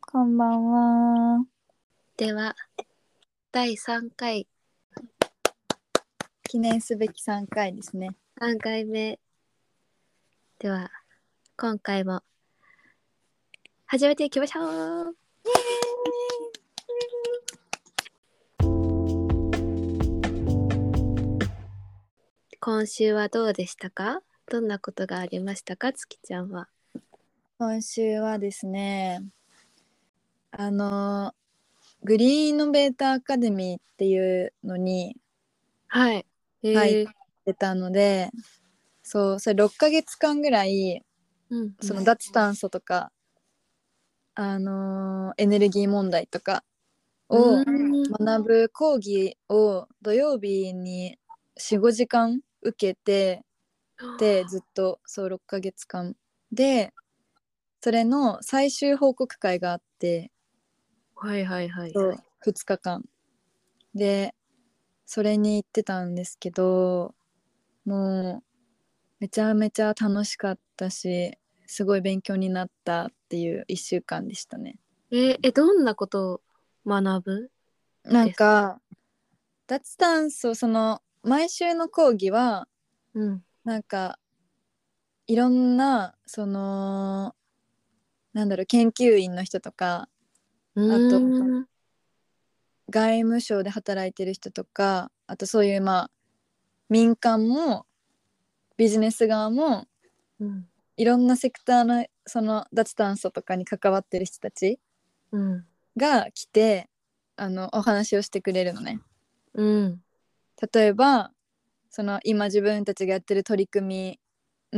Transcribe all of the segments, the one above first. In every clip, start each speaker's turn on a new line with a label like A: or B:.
A: こんばんは。
B: では第3回
A: 記念すべき3回ですね。
B: 3回目では今回も始めていきましょう今週はどうでしたかどんなことがありましたか月ちゃんは
A: 今週はですね、あの、グリーンイノベーターアカデミーっていうのに
B: はい、えー
A: はい出たので、そう、それ6ヶ月間ぐらい、
B: うん、
A: その脱炭素とか、あの、エネルギー問題とかを
B: うん
A: 学ぶ講義を土曜日に45時間受けてでずっとそう6ヶ月間でそれの最終報告会があって
B: はいはいはい
A: そう2日間でそれに行ってたんですけどもうめちゃめちゃ楽しかったしすごい勉強になったっていう1週間でしたね。
B: えーえどんなことを学ぶ
A: なんか脱炭素その毎週の講義は
B: うん
A: なんかいろんなそのなんだろう研究員の人とか
B: あ
A: と外務省で働いてる人とかあとそういうまあ民間もビジネス側も
B: うん
A: いろんなセクターのその脱炭素とかに関わってる人たち
B: うん
A: が来てあのお話をしてくれるのね。
B: うん
A: 例えばその今自分たちがやってる取り組み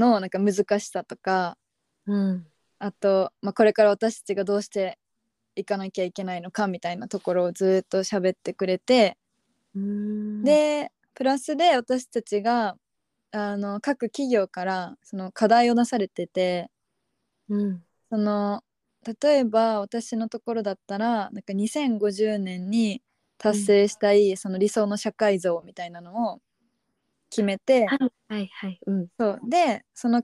A: のなんか難しさとか
B: うん
A: あと、まあ、これから私たちがどうしていかなきゃいけないのかみたいなところをずっと喋ってくれて、
B: うん
A: でプラスで私たちがあの各企業からその課題を出されてて
B: うん
A: その例えば私のところだったらなんか2050年に達成したいその理想の社会像みたいなのを決めて、
B: はいはいはいうん
A: そうでその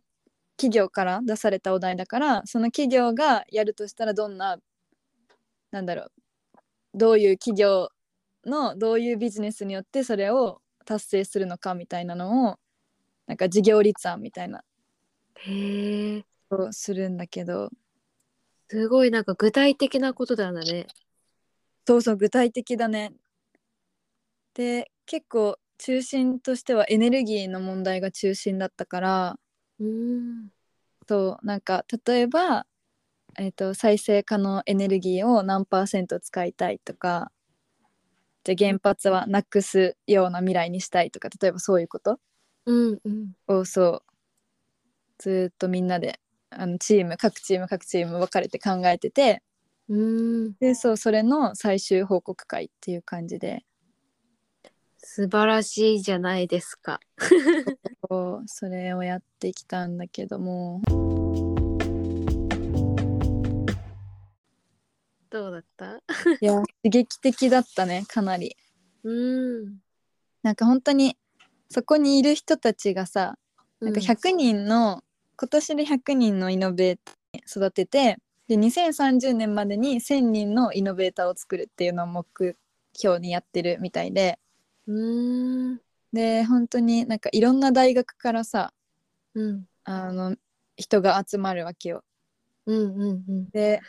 A: 企業から出されたお題だからその企業がやるとしたらどんななんだろうどういう企業のどういうビジネスによってそれを達成するのかみたいなのをなんか事業立案みたいな
B: へえ
A: をするんだけど
B: すごいなんか具体的なことだね
A: そうそう具体的だね。で結構中心としてはエネルギーの問題が中心だったから
B: うん
A: そうなんか例えば、えー、と再生可能エネルギーを何パーセント使いたいとかじゃあ原発はなくすような未来にしたいとか例えばそういうこと
B: うんうん
A: をそうずーっとみんなであのチーム各チーム各チーム分かれて考えてて
B: うん
A: でそうそれの最終報告会っていう感じで
B: 素晴らしいじゃないですか
A: こうそれをやってきたんだけども
B: どうだった
A: いや刺激的だったねかなり。
B: うん
A: なんか本当にそこにいる人たちがさな
B: な
A: んか100人の、今年で100人のイノベーターに育ててで2030年までに1,000人のイノベーターを作るっていうのを目標にやってるみたいで
B: うん
A: で本当になんかいろんな大学からさ
B: うん
A: あの人が集まるわけよ。
B: うんうん
A: で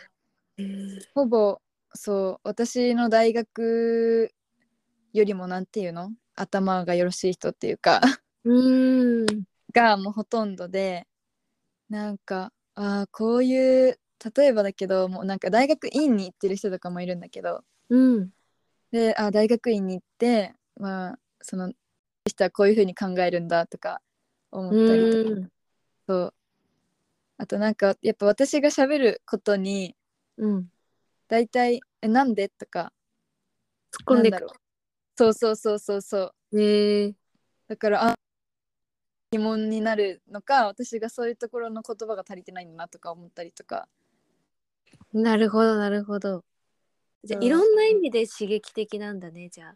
B: うん
A: ほぼそう私の大学よりもなんていうの頭がよろしい人っていうか
B: うん
A: がもうほとんどでなんかあーこういう例えばだけどもうなんか大学院に行ってる人とかもいるんだけど
B: うん
A: であー大学院に行ってまあその人はこういうふうに考えるんだとか思ったりとか
B: うん
A: あとなんかやっぱ私が喋ることに
B: うん
A: 大体「えなんで?」とか
B: 突っ込んで
A: なんだ
B: く
A: ろうそうそうそうそうそう
B: へえ
A: だからあ疑問になるのか私がそういうところの言葉が足りてないんだなとか思ったりとか
B: なるほどなるほどじゃあ
A: そう
B: いろんな意味で刺激的なんだねじゃあ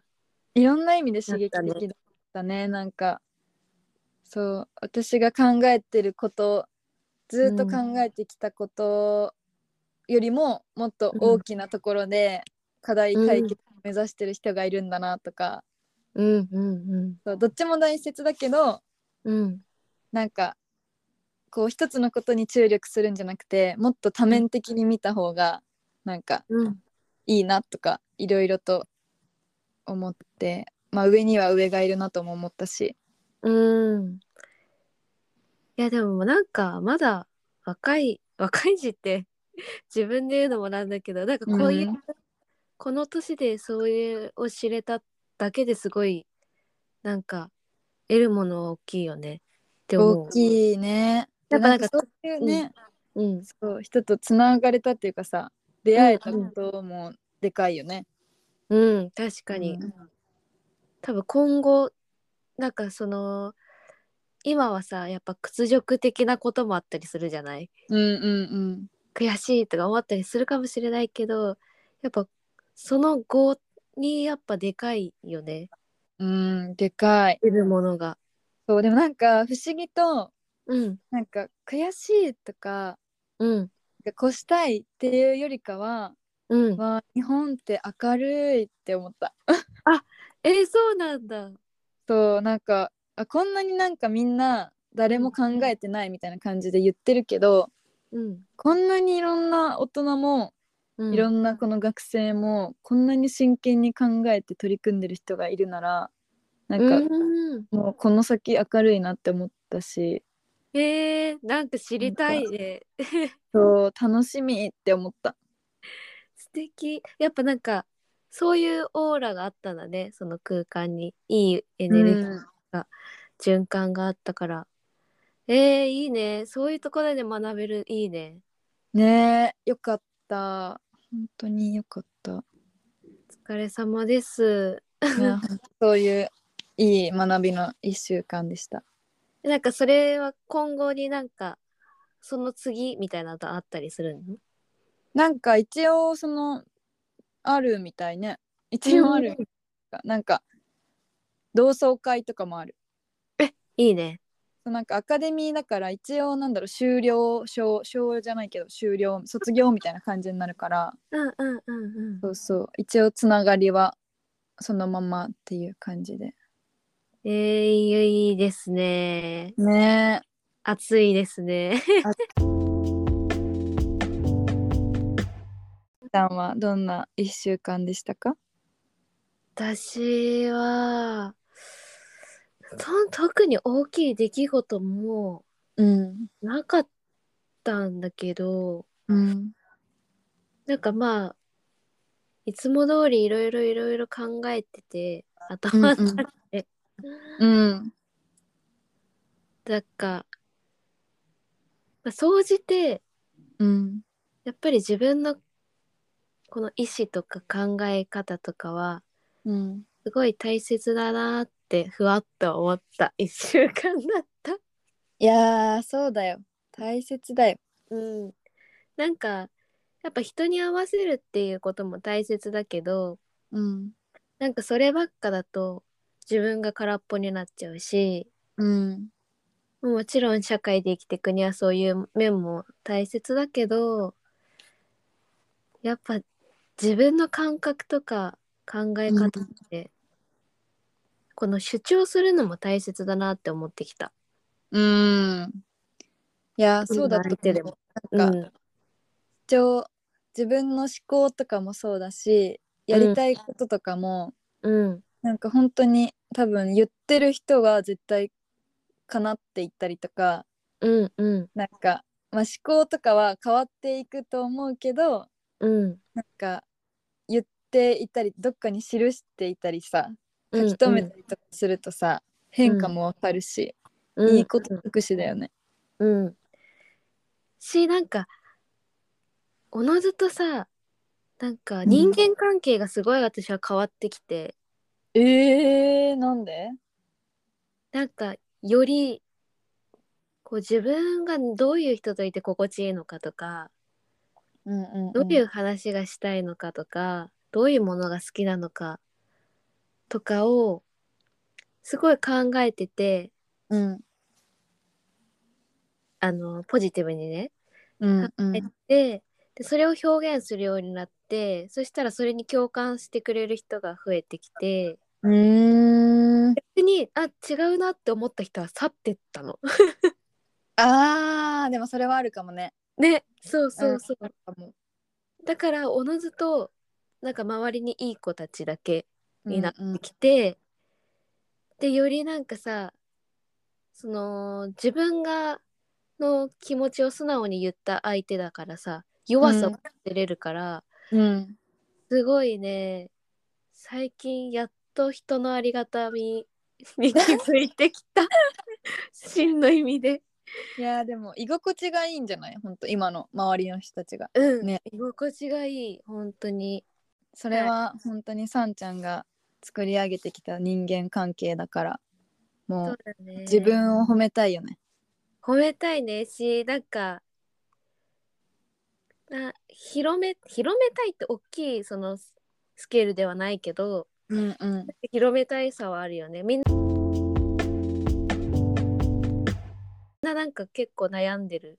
A: いろんな意味で刺激
B: なった
A: 的だたねなんかそう私が考えてることずっと考えてきたことよりも、もっと大きなところで課題解決を目指してる人がいるんだなとか、
B: うんうん
A: そうどっちも大切だけど
B: うんうん
A: なんかこう一つのことに注力するんじゃなくてもっと多面的に見た方がなんか
B: うん
A: いいなとかいろいろと思って、まあ、上には上がいるなとも思ったし
B: うんいやでもなんかまだ若い若い字って 自分で言うのもなんだけどなんかこういう、
A: うん
B: この年でそういうを知れただけですごいなんか得るもの大きいよねって思う
A: 大。きいね。
B: や
A: やっぱなん
B: っぱな
A: ん
B: か
A: かそういうね、
B: うん、
A: そう人とつながれたっていうかさ出会えたこともでかいよね。
B: うん、確かに、
A: うん
B: 多分今後なんかその今はさやっぱ屈辱的なこともあったりするじゃない
A: うんうん
B: 悔しいとか思ったりするかもしれないけどやっぱその後にやっぱでかいよね
A: うん。うんでかい。
B: 得るものが。
A: そうでもなんか不思議と
B: うん
A: なんか悔しいとか
B: うん
A: 越したいっていうよりかは、
B: うん、
A: わあ日本って明るいって思った。
B: えーそうなんだ。
A: そうなんかあこんなになんかみんな誰も考えてないみたいな感じで言ってるけど
B: うん、
A: こんなにいろんな大人も
B: うん、
A: いろんなこの学生もこんなに真剣に考えて取り組んでる人がいるならなんか
B: うん
A: もうこの先明るいなって思ったし
B: えー、なんか知りたいね。
A: そう楽しみって思った。
B: 素敵やっぱなんかそういうオーラがあったんだねその空間にいいエネルギーが、循環があったからえー、いいねそういうところで学べるいいね
A: ねえよかった本当によかった。ね
B: お疲れ様です
A: ほんとそういういい学びの1週間でした。
B: なんかそれは今後になんかその次みたいなのとあったりするの
A: なんか一応そのあるみたいね一応ある、なんか同窓会とかもある
B: いいね
A: そうなんかアカデミーだから一応なんだろう修了証証じゃないけど修了卒業みたいな感じになるから
B: うんうんうんう
A: そ
B: ん
A: うそう一応つながりはそのままっていう感じで
B: えー、いいいいですね
A: ねえ
B: 暑いですね
A: さんはどんな1週間でしたか
B: 私はと特に大きい出来事も
A: うん
B: なかったんだけど
A: うん
B: なんかまあいつも通りいろいろいろいろ考えてて頭の中で、
A: うん
B: なんか、まあ、総じて
A: うん
B: やっぱり自分のこの意思とか考え方とかは
A: うん
B: すごい大切だなってふわっと思った一週間だった。
A: いやーそうだよ大切だよ
B: うん、なんかやっぱ人に合わせるっていうことも大切だけど
A: うん
B: なんかそればっかだと自分が空っぽになっちゃうし
A: うん
B: もちろん社会で生きていくにはそういう面も大切だけどやっぱ自分の感覚とか考え方って、この主張するのも大切だなって思ってきた。
A: うん。いや、そうだと
B: 相手で
A: 思
B: も
A: う。なんか、
B: うん
A: 一応、自分の思考とかもそうだし、やりたいこととかも、
B: うん
A: なんか本当に多分言ってる人は絶対かなって言ったりとか、
B: うんうん
A: なんか、まあ、思考とかは変わっていくと思うけど、
B: うん
A: なんか、言っていたり、どっかに記していたりさ、
B: うん
A: 書き留めたりとかするとさ、変化もわかるし、
B: うん
A: いいこと尽くしだよね。
B: うん。しなんかおのずとさなんか
A: ん
B: 人間関係がすごい私は変わってきて、
A: えー、なんで
B: なんかよりこう自分がどういう人といて心地いいのかとか
A: うんうんうん
B: どういう話がしたいのかとか、どういうものが好きなのかとかをすごい考えてて
A: うん
B: あのポジティブにね
A: うんう
B: 考え
A: ん
B: てでそれを表現するようになってそしたらそれに共感してくれる人が増えてきて
A: うーん
B: 別にあ違うなって思った人は去ってっ たの。
A: あーでもそれはあるかもね
B: ねそうそうそう、
A: あるかも
B: だからおのずとなんか周りにいい子たちだけになっ
A: うんうん
B: てきて、でよりなんかさその自分がの気持ちを素直に言った相手だからさ弱さを出れるから、
A: うん
B: すごいね最近やっと人のありがたみ に気づいてき た真の意味で。
A: いやーでも居心地がいいんじゃない本当今の周りの人たちが
B: うん、
A: ね
B: 居心地がいい本当に
A: それは本当にさんちゃんが作り上げてきた人間関係だからも
B: そう
A: う
B: だね
A: 自分を褒めたいよね
B: 褒めたいねしなんかな広め広めたいって大きいそのススケールではないけど
A: うんうん
B: 広めたいさはあるよねみんなみんななんか結構悩んでる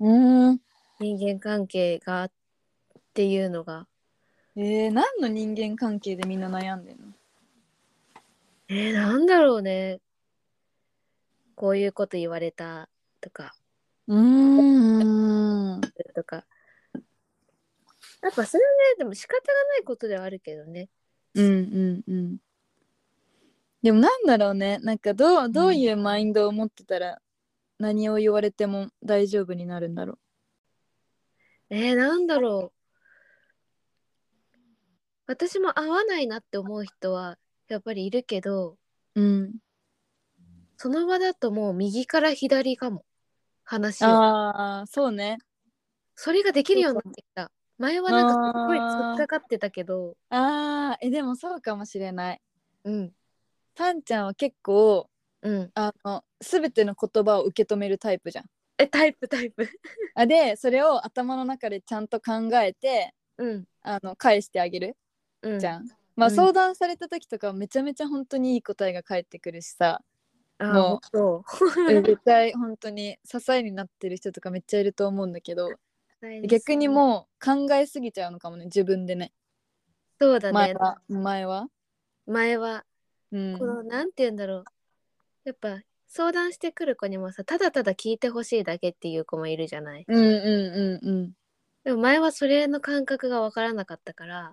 A: うん
B: 人間関係がっていうのが
A: えー、何の人間関係でみんな悩んでんの
B: えー、なんだろうねこういうこと言われたとか
A: うん
B: とかやっぱそれはねでも仕方がないことではあるけどね
A: うんうんうんでもなんだろうねなんかどうどういうマインドを持ってたら何を言われても大丈夫になるんだろ
B: えー、なんだろう私も合わないなって思う人はやっぱりいるけど
A: ううん
B: その場だともう右から左かも話を
A: ああそうね
B: それができるようになってきた前はなんかすごい突っかかってたけど
A: あーえでもそうかもしれない
B: うん
A: パンちゃんは結構
B: うん
A: あの全ての言葉を受け止めるタイプじゃん
B: えタイプタイプ
A: あでそれを頭の中でちゃんと考えて
B: うん
A: あの返してあげる
B: うん
A: じゃん、まあ、
B: うん
A: 相談された時とかはめちゃめちゃ本当にいい答えが返ってくるしさ、
B: あー
A: も
B: もう
A: うん絶対本当に支えになってる人とかめっちゃいると思うんだけど逆に
B: う
A: もう考えすぎちゃうのかもね自分でね
B: そうだ
A: 前
B: ね
A: は前は、
B: 前は
A: うん、
B: このなんて言うんだろうやっぱ相談してくる子にもさただただ聞いてほしいだけっていう子もいるじゃない
A: うんうんうん
B: でも前はそれの感覚が分からなかったか
A: う
B: ら
A: ん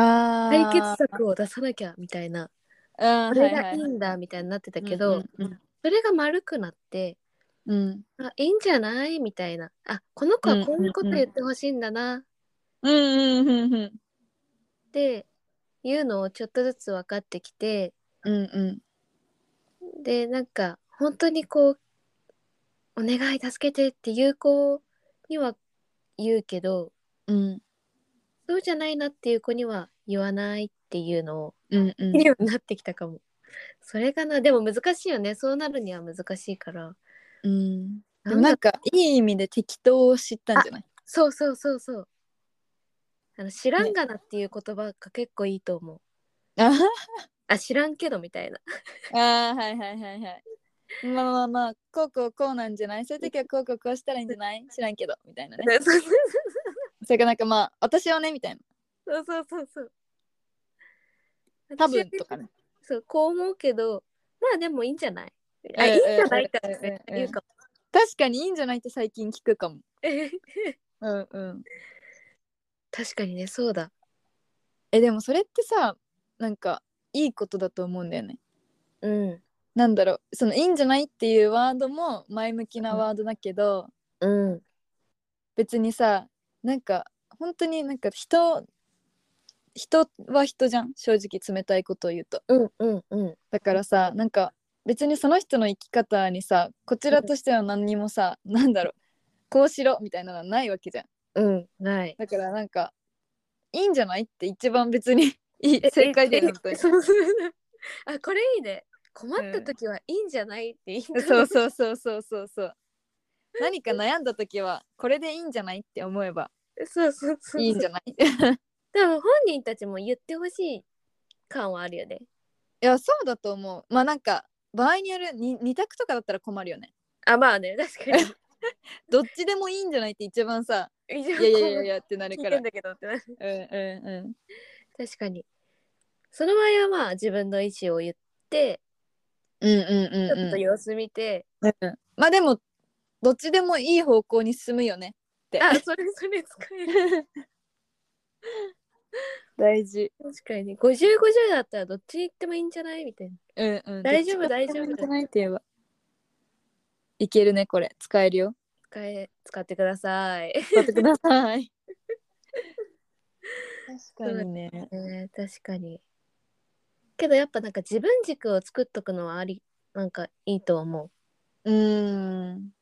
A: あ
B: 解決策を出さなきゃみたいな
A: あ
B: それがいいんだみたいになってたけど、
A: うん
B: それが丸くなって
A: うんうん
B: あいいんじゃないみたいなあこの子はこういうこと言ってほしいんだなっ
A: うんうんうんうん
B: ていうのをちょっとずつ分かってきて
A: うんうん
B: でなんか本当にこう「お願い助けて」っていう子には言うけど
A: うん
B: そうじゃないなっていう子には言わないっていうのを
A: うんう
B: でき
A: ん
B: るようになってきたかも。それかなでも難しいよねそうなるには難しいから。
A: うんで
B: な
A: も
B: ん
A: な
B: だ
A: んかいい意味で適当を知ったんじゃない
B: そうそうそうそう。あの知らんがなっていう言葉が結構いいと思う。
A: あは
B: あ知らんけどみたいな。
A: あーはいはいはいはいまあまあまあこうこうこうなんじゃないそういう時はこうこうこうしたらいいんじゃない知らんけどみたいなね
B: そう
A: それかなんかまあ私はねみたい
B: そうそうそう。
A: な多分とかね
B: そうこう思うけどまあでもいいんじゃないあ、
A: うん
B: いいんじゃないって
A: うん
B: 絶対言うかも。
A: 確かにいいんじゃないって最近聞くかも うんうん
B: 確かにねそうだ。
A: えでもそれってさなんかいいことだと思うんだよね
B: うん。
A: なんだろうその「いいんじゃない?」っていうワードも前向きなワードだけど、
B: うん。
A: 別にさなんか本当になんか人人は人じゃん正直冷たいことを言うと
B: うんうんうん。
A: だからさなんか別にその人の生き方にさこちらとしては何にもさ、なんだろうこうしろみたいなのはないわけじゃん
B: うん。ない。
A: だからなんかいいんじゃないって一番別に いい正解だよ
B: え
A: 本当にそ
B: そうそう あこれいいね困った時はいいんじゃないっていい、
A: うそうそうそうそうそう何か悩んだ時はこれでいいんじゃないって思えば
B: そうそうそう
A: いいんじ
B: ゃ
A: ゃない
B: 多分本人たちも言ってほしい感はあるよね
A: いやそうだと思うまあなんか場合によるに二択とかだったら困るよね
B: あまあね確かに
A: どっちでもいいんじゃないって一番さ
B: い
A: いやいやいやいやってなる
B: 聞
A: か
B: い
A: らうん
B: て
A: ん
B: だけどって な
A: うんう
B: 確かにその場合はまあ自分の意思を言って
A: んうんうん
B: ちょっと
A: うん
B: 様子 見て、
A: うんうんまあでもどっちでもいい方向に進むよねうん
B: あそれそれ使える
A: 大事
B: 確かに5050だったらどっちに行ってもいいんじゃないみたいな
A: うんうん
B: 大丈
A: ど
B: 夫
A: っちも
B: 大丈夫
A: じゃないって言えばいけるねこれ使えるよ
B: 使え使ってください、
A: 使ってください確かにね
B: えー確かにけどやっぱなんか自分軸を作っとくのはありなんかいいと思う
A: うーん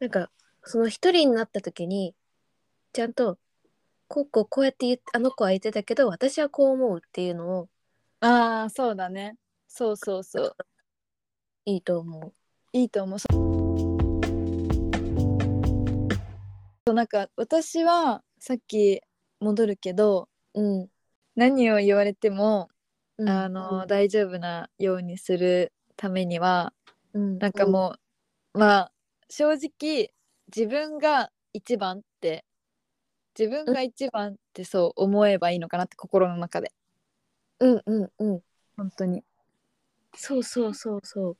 B: なんかその一人になった時にちゃんとこうこうこうやって言ってあの子は言ってたけど私はこう思うっていうのを
A: ああそうだねそうそうそう
B: いいと思
A: いいと思うそそうなんか私はさっき戻るけど
B: ううん、
A: 何を言われても、
B: うん、
A: あの大丈夫なようにするためには
B: うん、
A: なんかもう、まあ正直自分が一番って自分が一番ってそう思えばいいのかなって心の中で
B: うんうんうん
A: 本当に
B: そうそうそうそう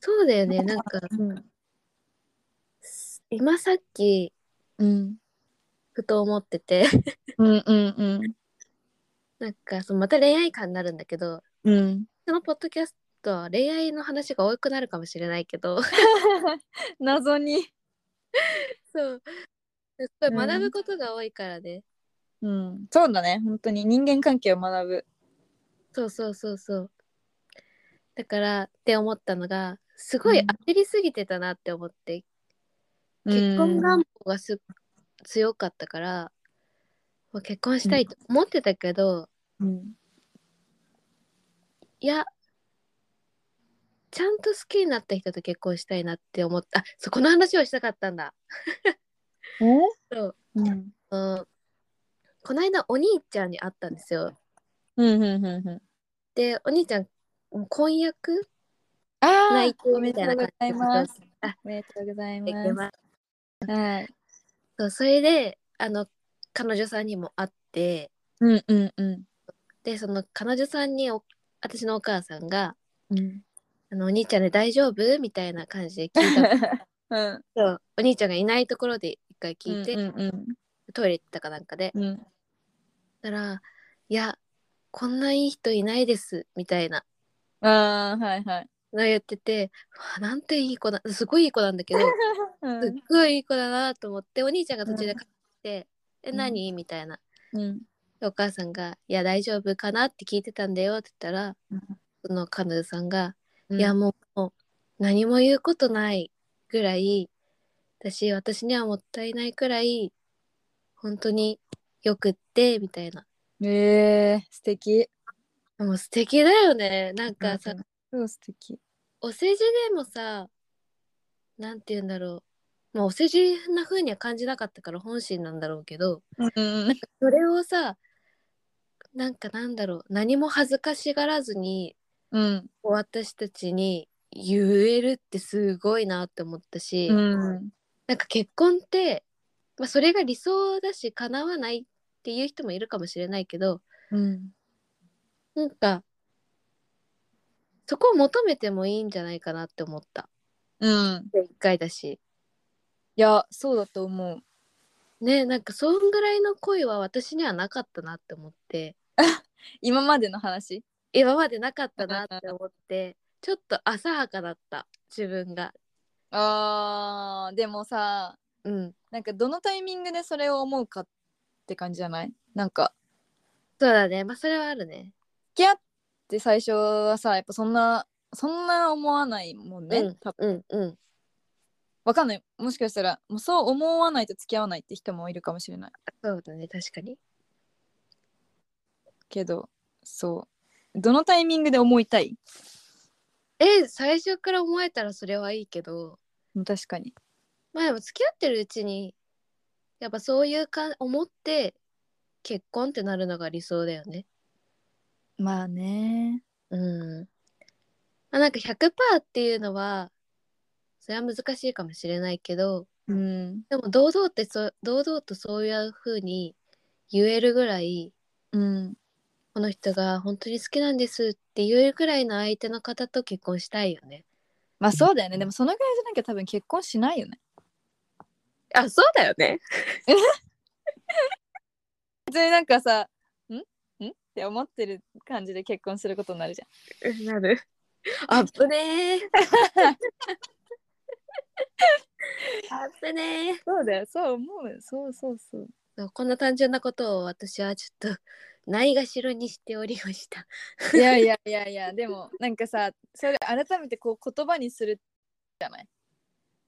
B: そうだよねなんか
A: うん、
B: 今さっき
A: うん、
B: ふと思ってて
A: うんうん
B: なんかそのまた恋愛感になるんだけど
A: うんうん
B: このポッドキャストは恋愛の話が多くなるかもしれないけど
A: 謎に
B: そうすごい学ぶことが多いからね、
A: うん、そうだね本当に人間関係を学ぶ
B: そうそうそうそうだからって思ったのがすごい
A: うん
B: 焦りすぎてたなって思って、結婚願望がす強かったからもう結婚したいと思ってたけど、
A: うん
B: いやちゃんと好きになった人と結婚したいなって思ったあそうこの話をしたかったんだ
A: え
B: そう
A: うん
B: うんこの間お兄ちゃんに会ったんですよ
A: うんうんうんうん
B: でお兄ちゃん婚約
A: あ
B: 内
A: あ
B: 定みたいな感じ
A: おめでとうございます
B: あ
A: おめでとうござい
B: でき
A: ま
B: ます
A: すはい
B: そうそれであの彼女さんにも会って
A: うんうんうん
B: でその彼女さんにお私のお母さんが
A: うん
B: 「あのお兄ちゃんで大丈夫?」みたいな感じで聞いた
A: うん
B: そうお兄ちゃんがいないところで一回聞いて、
A: うんうん
B: トイレ行ったかなんかで
A: うんうん
B: だから「いやこんないい人いないです」みたいな
A: ああはいはい
B: の言ってて「わなんていい子だすごいいい子なんだけどす
A: う
B: っ
A: ん
B: ごいいい子だな」と思ってお兄ちゃんが途中で帰って「え何?」みたいな
A: うん
B: お母さんが「いや大丈夫かな?」って聞いてたんだよって言ったら、
A: うん
B: その彼女さんが「
A: うん
B: いやもうもう何も言うことないぐらい私私にはもったいないくらい本当によくって」みたいな
A: えー、素敵
B: もう素敵だよねなんかさ、
A: そう素敵
B: お世辞でもさなんて言うんだろうまあお世辞な風には感じなかったから本心なんだろうけど
A: うん
B: それをさなんかなんだろう何も恥ずかしがらずに
A: うん
B: 私たちに言えるってすごいなって思ったし、
A: うん
B: なんか結婚って、まあ、それが理想だし叶わないっていう人もいるかもしれないけど
A: うん
B: なんかそこを求めてもいいんじゃないかなって思った
A: うん
B: 一回だし
A: いやそうだと思う
B: ねなんかそんぐらいの恋は私にはなかったなって思って
A: 今までの話
B: 今までなかったなって思ってちょっと浅はかだった自分が
A: あーでもさ
B: うん
A: なんかどのタイミングでそれを思うかって感じじゃないなんか
B: そうだねまあそれはあるね
A: 付き合って最初はさやっぱそんなそんな思わないもんね、
B: うん
A: 多分
B: うんうん
A: わかんないもしかしたらもうそう思わないと付き合わないって人もいるかもしれない
B: そうだね確かに
A: けどそうどのタイミングで思いたい
B: え最初から思えたらそれはいいけど
A: 確かに
B: まあでも付き合ってるうちにやっぱそういうか思って結婚ってなるのが理想だよね。
A: まあね
B: うん。まあ、なんか100%っていうのはそれは難しいかもしれないけど
A: うん
B: でも堂々ってそ堂々とそういうふうに言えるぐらい
A: うん
B: この人が本当に好きなんですって言えるぐらいの相手の方と結婚したいよね。
A: まあそうだよねでもそのぐらいじゃなきゃ多分結婚しないよね
B: あそうだよね。
A: 別になんかさんんって思ってる感じで結婚することになるじゃん
B: なる。あっぶねー。あっぶねー。
A: そうだよそう思うそうそうそう
B: そうこんな単純なことを私はちょっとないがしろにしておりました。
A: いやいやいやいやでもなんかさそれ改めてこう言葉にするじゃない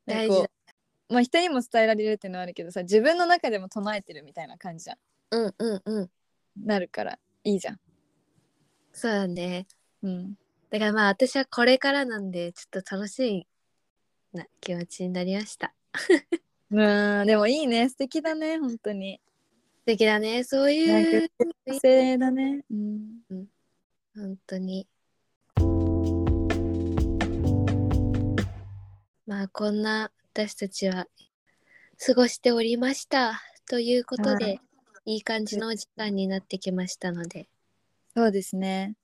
A: なん
B: 大
A: か
B: 事
A: こ
B: だ
A: うまあ人にも伝えられるっていうのはあるけどさ自分の中でも唱えてるみたいな感じじゃん
B: うんうんうん。
A: なるからいいじゃん
B: そうだね。
A: うん
B: だからまあ私はこれからなんでちょっと楽しいな気持ちになりました。
A: うんでもいいね素敵だね本当に
B: 素敵だね。そう
A: なん
B: いう
A: か女性だねうん
B: 本当に。まあこんな私たちは過ごしておりましたということで、、
A: はい
B: い感じのお時間になってきましたので
A: そうですね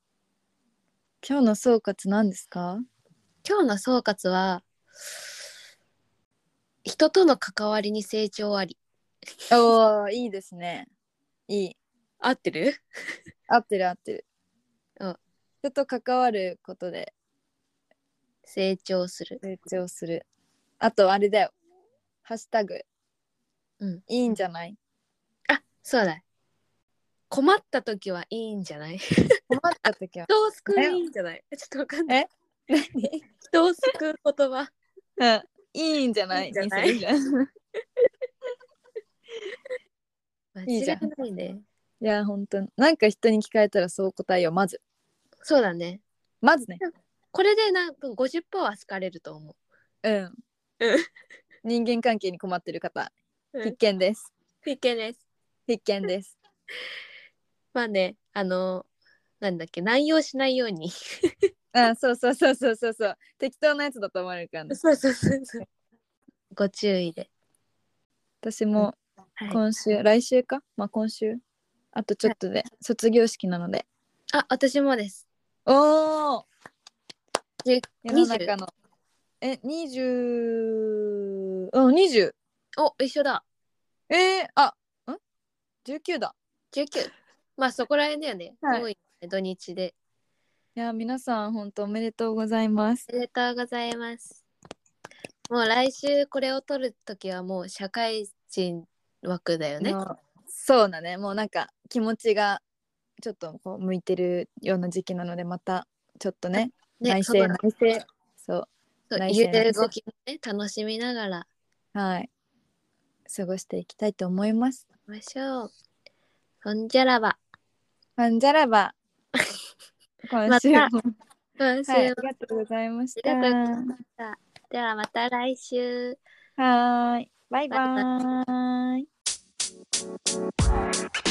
A: 今日の総括何ですか
B: 今日の総括は人との関わりに成長あり
A: おーいいですねいい
B: 合ってる
A: 合ってる合ってる
B: うん
A: 人と関わることで
B: 成長する
A: 成長するあとあれだよハッシュタグ、
B: うん、
A: いいんじゃない
B: あそうだ困った時はいいんじゃない
A: 困った時は
B: 人を救ういいんじゃないちょっとわかんない
A: 何
B: 人を救う言 葉
A: うんいいんじゃない
B: いい
A: い
B: んじゃない
A: いじゃんい
B: 間
A: い
B: 違
A: い
B: い
A: じゃん
B: ないね
A: や本当になんか人に聞かれたらそう答えようまず
B: そうだね
A: まずね
B: これでなんか50%は好かれると思
A: うん
B: う
A: 人間関係に困ってる方
B: うん
A: 必見です
B: う。いけです。
A: 必見です
B: まあね、あの、なんだっけ、乱用しないように。
A: あそうそうそうそうそうそう適当なやつだと思われるからね
B: そうそうそうそう。ご注意で。
A: 私も
B: はい
A: 今週、来週かまあ今週あとちょっとで卒業式なので
B: あ、私もです。
A: おお
B: じ
A: 世の中のえ二十うん二十
B: お、一緒だ。
A: えー、あん十九だ
B: 19。まあそこら辺だよね。
A: はい
B: 多いね土日で。
A: いや皆さん本当おめでとうございます
B: おめでとうございます。もう来週これを撮るときはもう社会人枠だよね。
A: もうそうだねもうなんか気持ちがちょっとこう向いてるような時期なのでまたちょっとね
B: ね
A: 内
B: そう
A: 省
B: だ
A: 内省そう
B: そう
A: 内省
B: 揺れる動きもね、楽しみながら
A: はい過ごしていきたいと思います
B: 行きましょう。ほんじゃらば。
A: ファンジャラバ今週も、
B: ま今週
A: はい、あり
B: も
A: がとうございまし
B: あ
A: た
B: りがとうございました。ではまた来週。
A: はーいバイバ
B: バイ
A: ーイ